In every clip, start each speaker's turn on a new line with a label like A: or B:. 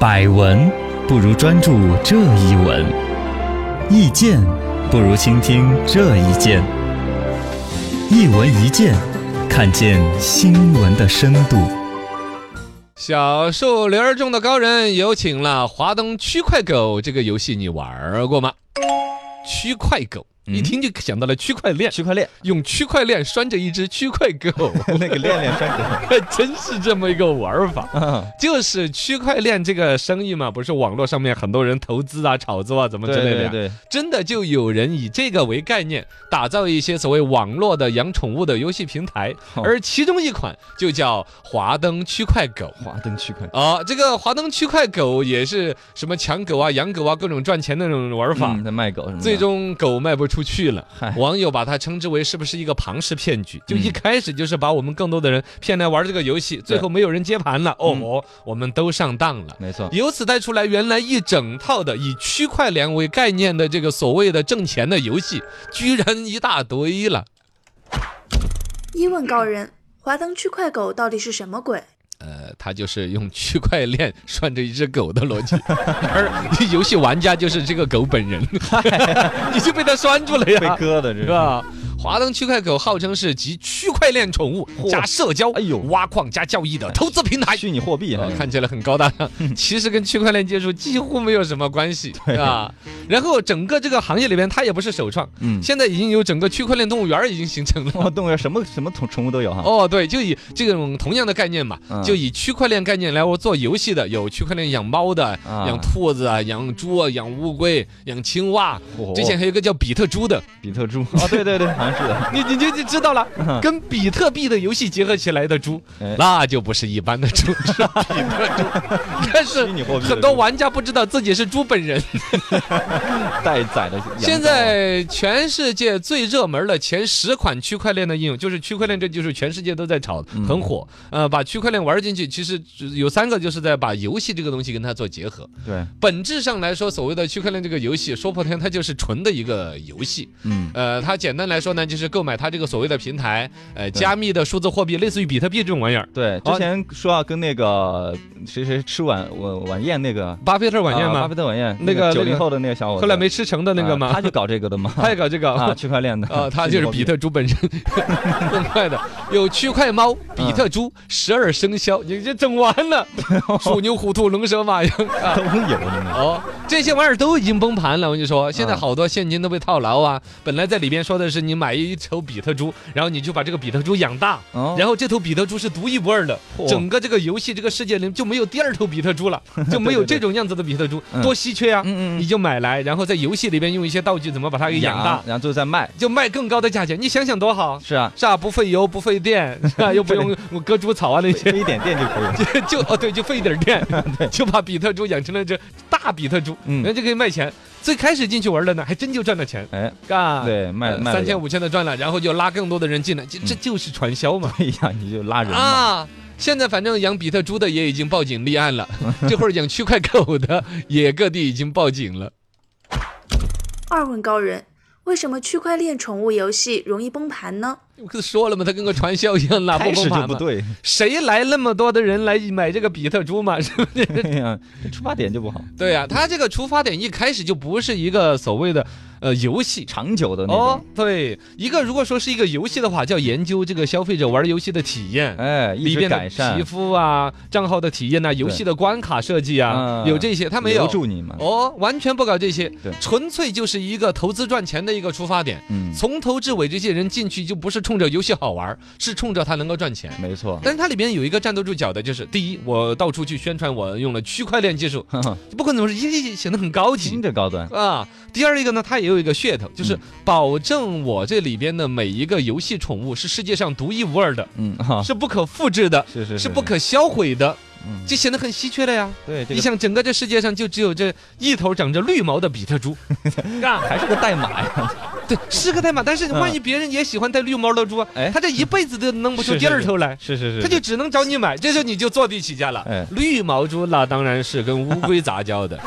A: 百闻不如专注这一闻，意见不如倾听这一见。一闻一见，看见新闻的深度。
B: 小树林儿中的高人，有请了。华东区块狗这个游戏你玩儿过吗？区块狗，一听就想到了区块链，
C: 嗯区块链
B: 用区块链拴着一只区块 狗，
C: 那个链链拴着，
B: 真是这么一个玩儿法。
C: 嗯
B: 就是区块链这个生意嘛，不是网络上面很多人投资啊、炒作啊，怎么之
C: 对
B: 类的呀
C: 对对，
B: 真的就有人以这个为概念，打造一些所谓网络的养宠物的游戏平台，
C: 哦
B: 而其中一款就叫华灯区块狗。
C: 华灯区块
B: 啊、这个华灯区块狗也是什么抢狗啊、养狗啊，各种赚钱的那种玩法。
C: 嗯在卖狗什么的，
B: 最终狗卖不出去了
C: 嗨，
B: 网友把它称之为是不是一个庞氏骗局？就
C: 嗯
B: 一开始就是把我们更多的人骗来玩这个游戏，最后没有人接盘了，哦
C: 嗯
B: 吼，我们都上当了。
C: 没错，
B: 由此带出来，原来一整套的以区块链为概念的这个所谓的挣钱的游戏，居然一大堆了。
D: 一问高人，华灯区块狗到底是什么鬼？
B: 呃，它就是用区块链拴着一只狗的逻辑，而游戏玩家就是这个狗本人，你就被它拴住了
C: 被
B: 呀，
C: 割的这
B: 啊是吧？华灯区块狗号称是集区块链宠物
C: 嚯
B: 加社交、
C: 哎呦哎
B: 挖矿加交易的投资平台。
C: 虚拟货币
B: 呃
C: 还是
B: 看起来很高大上，
C: 嗯
B: 其实跟区块链技术几乎没有什么关系，啊。然后整个这个行业里边，它也不是首创，
C: 嗯，
B: 现在已经有整个区块链动物园儿已经形成了。
C: 哇，动物园什么什么宠宠物都有哈，
B: 哦，对，就以这种同样的概念嘛，
C: 嗯
B: 就以区块链概念来做游戏的，有区块链养猫的、
C: 啊
B: 养兔子啊、养猪啊、养乌龟、养青蛙。
C: 嚯
B: 之前还有一个叫比特猪的，
C: 比特猪，哦，对对对，好像是的，
B: 你你就就知道了，跟比特币的游戏结合起来的猪
C: 嗯哎，
B: 那就不是一般的猪，是比特猪。 但是
C: 虚拟货币的
B: 很多
C: 猪
B: 玩家不知道自己是猪本人。
C: 待宰的羊羔，
B: 现在
C: 啊
B: 全世界最热门的前十款区块链的应用，就是区块链，这就是全世界都在炒，
C: 嗯
B: 很火。呃，把区块链玩进去，其实只有三个，就是在把游戏这个东西跟它做结合。
C: 啊对，
B: 本质上来说，所谓的区块链这个游戏，说破天，它就是纯的一个游戏。
C: 嗯，
B: 呃，它简单来说呢，就是购买它这个所谓的平台，
C: 嗯
B: 呃，加密的数字货币，类似于比特币这种玩意儿。
C: 对，
B: 哦
C: 之前说要跟那个谁谁吃晚晚晚宴那个
B: 巴菲特晚宴
C: 啊巴
B: 吗
C: 菲？特晚宴
B: 那个
C: 九
B: 那
C: 零
B: 个
C: 后的那个小伙子，
B: 后来没吃成的那个
C: 啊
B: 吗
C: 他？就搞这个的 嘛，
B: 他也搞这个
C: 啊，区块链 的，
B: 啊，他就是比特猪本身，更快的有区块猫、比特猪、十二生肖，你这整完 了，鼠牛虎兔龙蛇马羊 啊
C: 都。有那个，
B: 哦，这些玩意儿都已经崩盘了，我跟你说，现在
C: 嗯
B: 好多现金都被套牢啊。本来在里边说的是你买一头比特猪，然后你就把这个比特猪养大，
C: 哦
B: 然后这头比特猪是独一无二的，
C: 嚯
B: 整个这个游戏这个世界里就没有第二头比特猪 了，就没有
C: 对对对
B: 这种样子的比特猪，
C: 嗯
B: 多稀缺啊！
C: 嗯嗯嗯
B: 你就买来，然后在游戏里边用一些道具怎么把它给养大，
C: 然后就在卖，
B: 就卖更高的价钱，你想想多好，
C: 是 啊，
B: 是吧？不费油，不费 电，是吧？又不用割猪草啊那些，
C: 这一点电就可以 了。
B: 就就哦对，就费一点 电， 就把比特猪养成了这大比特猪，
C: 嗯
B: 人家就可以卖钱。最开始进去玩的呢，还真就赚了钱，
C: 哎，
B: 啊，
C: 对，卖
B: 呃
C: 卖
B: 三千
C: 五，
B: 五千的赚了，然后就拉更多的人进来，这这
C: 嗯
B: 就是传销嘛，
C: 对呀，你就拉 人嘛，
B: 啊。现在反正养比特猪的也已经报警立 案了，这会儿养区块狗的也各地已经报警了。
D: 二问高人，为什么区块链宠物游戏容易崩盘呢？
B: 我跟说了嘛，它跟个传销一样拉不
C: 开
B: 崩
C: 始就
B: 盘
C: 不
B: 嘛。
C: 对，
B: 谁来那么多的人来买这个比特猪嘛？是 不是？
C: 哎呀，这出发点就不好，
B: 对呀、他这个出发点一开始就不是一个所谓的呃游戏。
C: 长久的那
B: 哦
C: 种，，
B: 对，一个如果说是一个游戏的话，叫研究这个消费者玩游戏的体验，
C: 哎，一
B: 里
C: 直
B: 边
C: 改
B: 的
C: 善
B: 皮，肤啊、账号的体验呐、游戏的关卡设计啊，
C: 嗯
B: 有这些，他没有
C: 留。住你嘛，
B: 哦，完全不搞这些
C: 对，
B: 纯粹就是一个投资赚钱的一个出发点。
C: 嗯，
B: 从头至尾，这些人进去就不是冲着游戏好玩，是冲着它能够赚钱。
C: 没错，
B: 但是它里边有一个站得住脚的，就是第一，我到处去宣传我用了区块链技术，
C: 呵呵
B: 不管怎么说，一一显得很高级
C: 听。着高端，
B: 啊，第二一个呢，它也有一个噱头，就是
C: 嗯
B: 保证我这里边的每一个游戏宠物是世界上独一无二的，
C: 嗯哈，
B: 是不可复制的，
C: 是是
B: 是不，可销毁的，
C: 嗯
B: 就显得很稀缺了呀。
C: 对，这
B: 你
C: 个
B: 想，整个这 世界上就只有这一头长着绿毛的比特猪，啊，
C: 还是个代码呀，
B: 对，是个代码，但是万一别人也喜欢戴绿帽的猪啊
C: 嗯哎，
B: 他这一辈子都弄不出
C: 是
B: 第二头来。
C: 是是是，
B: 他就只能找你买，这时候你就坐地起价了
C: 哎。
B: 绿毛猪那当然是跟乌龟杂交 的，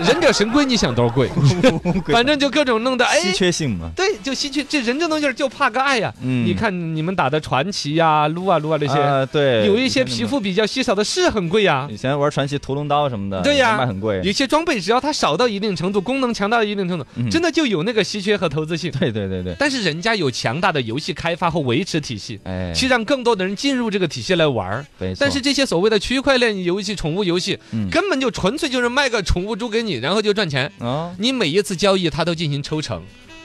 B: 忍者神龟你想多贵， 反正就各种弄的，哎，
C: 稀缺性嘛，
B: 对，就稀缺。这人这东西儿就怕个爱呀。
C: 嗯
B: 你看你们打的传奇呀、撸啊撸啊那些，
C: 啊对，
B: 有一些
C: 以前那
B: 皮
C: 个哎
B: 肤比较稀少的是很贵呀。
C: 以前玩传奇屠龙刀什么的，
B: 对呀
C: 卖很贵，
B: 有些装备只要它少到一定程度，功能强大到一定程度，
C: 嗯
B: 真的就有那个稀缺和投资性。
C: 对对对对，
B: 但是人家有强大的游戏开发和维持体系，
C: 哎，
B: 去让更多的人进入这个体系来玩儿。
C: 没错
B: 但是这些所谓的区块链游戏、宠物游戏，
C: 嗯
B: 根本就纯粹就是卖个宠物猪给你，然后就赚钱。
C: 啊，
B: 你每一次交易，它都进行抽成，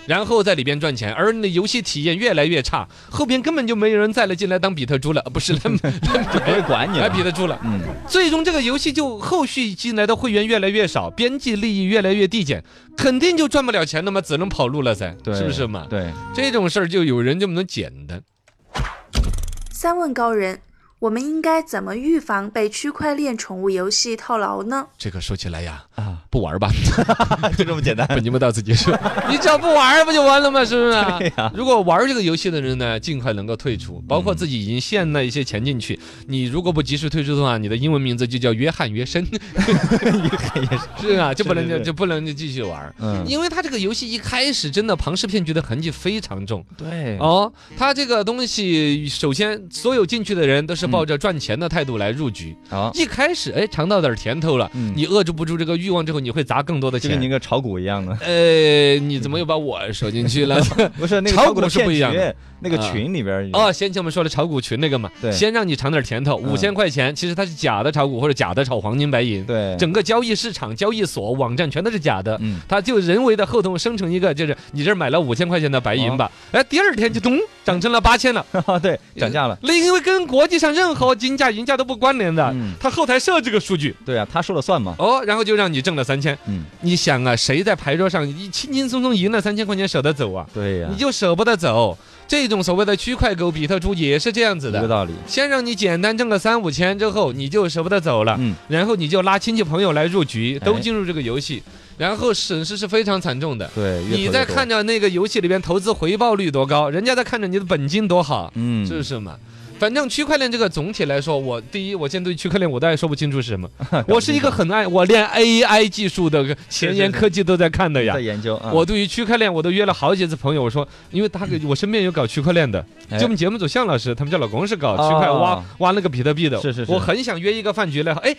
B: 然后在里边赚钱，而你的游戏体验越来越差，后边根本就没有人再来进来当比特猪了，呃 不是 来
C: 就不会管你
B: 来
C: 了，
B: 哎比特猪了。
C: 嗯，
B: 最终这个游戏就后续进来的会员越来越少，边际利益越来越递减，肯定就赚不了钱了嘛，只能跑路了噻，
C: 对，
B: 是不是嘛？
C: 对，
B: 这种事儿就有人这么能简单。
D: 三问高人，我们应该怎么预防被区块链宠物游戏套牢呢？
B: 这个说起来呀，
C: 啊
B: 不玩儿吧，
C: 就这么 简单，
B: 本节目到此结束。你只要不玩儿不就完了吗？是不是、 啊？如果玩儿这个游戏的人呢，尽快能够退出，包括
C: 嗯
B: 自己已经陷了一些钱进去，你如果不及时退出的话，你的英文名字就叫约翰·约 申， 是啊，就不能
C: 是是是
B: 就不能继续玩儿。
C: 嗯，
B: 因为他这个游戏一开始真的庞氏骗局的痕迹非常重
C: 对，
B: 哦，他这个东西首先所有进去的人都是
C: 嗯
B: 抱着赚钱的态度来入局，
C: 好，
B: 一开始哎尝到点儿甜头了，
C: 哦嗯
B: 你遏制不住这个欲望之后，你会砸更多的
C: 就跟
B: 钱
C: 你。个炒股一样的，
B: 呃，你怎么又把我说进去 了？
C: 不是那个
B: 炒
C: 股
B: 股
C: 的
B: 是不
C: 骗
B: 一样
C: 局
B: 的，
C: 那个
B: 啊
C: 群里边有
B: 哦，先前我们说了炒股群那个嘛，
C: 对
B: 先让你尝点甜头，
C: 嗯
B: 五千块钱，其实它是假的炒股或者假的炒黄金白银，
C: 对，
B: 整个交易市场、交易所、网站全都是假的。
C: 嗯，
B: 它就人为的后头生成一个，就是你这儿买了五千块钱的白银吧，
C: 哦
B: 哎，第二天就咚涨成了八千了，
C: 对，涨价了，
B: 那因为跟国际上任何金价、银价都不关联的
C: 嗯，
B: 它后台设这个数据
C: 对啊，他说了算嘛，
B: 哦，然后就让你挣了三千。
C: 嗯，
B: 你想啊，谁在牌桌上一轻轻松松赢了三千块钱舍得走啊？
C: 对呀
B: 你，就舍不得走。这种所谓的区块狗、比特猪也是这样子
C: 一个
B: 的。
C: 道理，
B: 先让你简单挣个三五千之后，你就舍不得走了，
C: 嗯
B: 然后你就拉亲戚朋友来入局，
C: 哎
B: 都进入这个游戏，然后损失是非常惨重的。
C: 对，越
B: 你
C: 投
B: 在
C: 越多
B: 看，着那个游戏里边投资回报率多高，人家在看着你的本金多好，
C: 嗯，
B: 是不是嘛？反正区块链这个总体来说，我第一，我现在对区块链我大概说不清楚是 什么，我是一个很爱，我连 AI 技术的前沿
C: 是是
B: 科技都在看的呀
C: 在。研究啊，
B: 我对于区块链，我都约了好几次朋友，我说，因为 他给我身边有搞区块链的，
C: 哎
B: 就我们节目组向老师，他们家老公是搞区块
C: 哦
B: 挖挖那个比特币的，
C: 是是是
B: 我很想约一个饭局来，哎，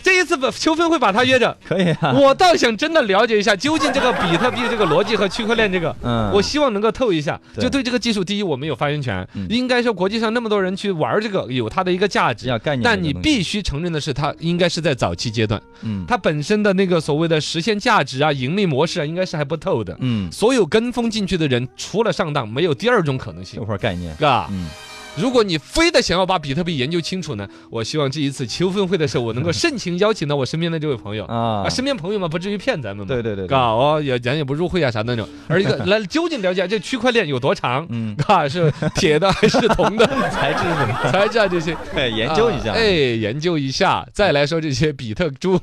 B: 这一次把秋分会把他约着，
C: 可以啊，
B: 我倒想真的了解一下究竟这个比特币这个逻辑和区块链这个。
C: 嗯，
B: 我希望能够透一下，
C: 对
B: 就对这个技术，第一我们有发言权
C: 嗯，
B: 应该说国际上那么多人去玩这个，有它的一个价值。
C: 要概念这个
B: 但
C: 东西，
B: 你必须承认的是，它应该是在早期阶段，
C: 嗯，
B: 它本身的那个所谓的实现价值啊、盈利模式啊，应该是还不透的。
C: 嗯，
B: 所有跟风进去的人，除了上当，没有第二种可能性
C: 这。块概念，
B: 啊，
C: 嗯，
B: 如果你非得想要把比特币研究清楚呢，我希望这一次秋分会的时候，我能够盛情邀请到我身边的这位朋友
C: 啊
B: 啊，身边朋友嘛，不至于骗咱们嘛，
C: 对对对对
B: 嘎哦，也咱也不入会啊啥那种，而一 个来究竟了解这区块链有多长，
C: 嗯，
B: 嘎是铁的还是铜的
C: 材质什么，
B: 材质啊这些，
C: 对，研究一下
B: 啊，哎，研 究一下，再来说这些比特猪、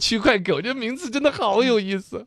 B: 区块狗，这名字真的好有意思。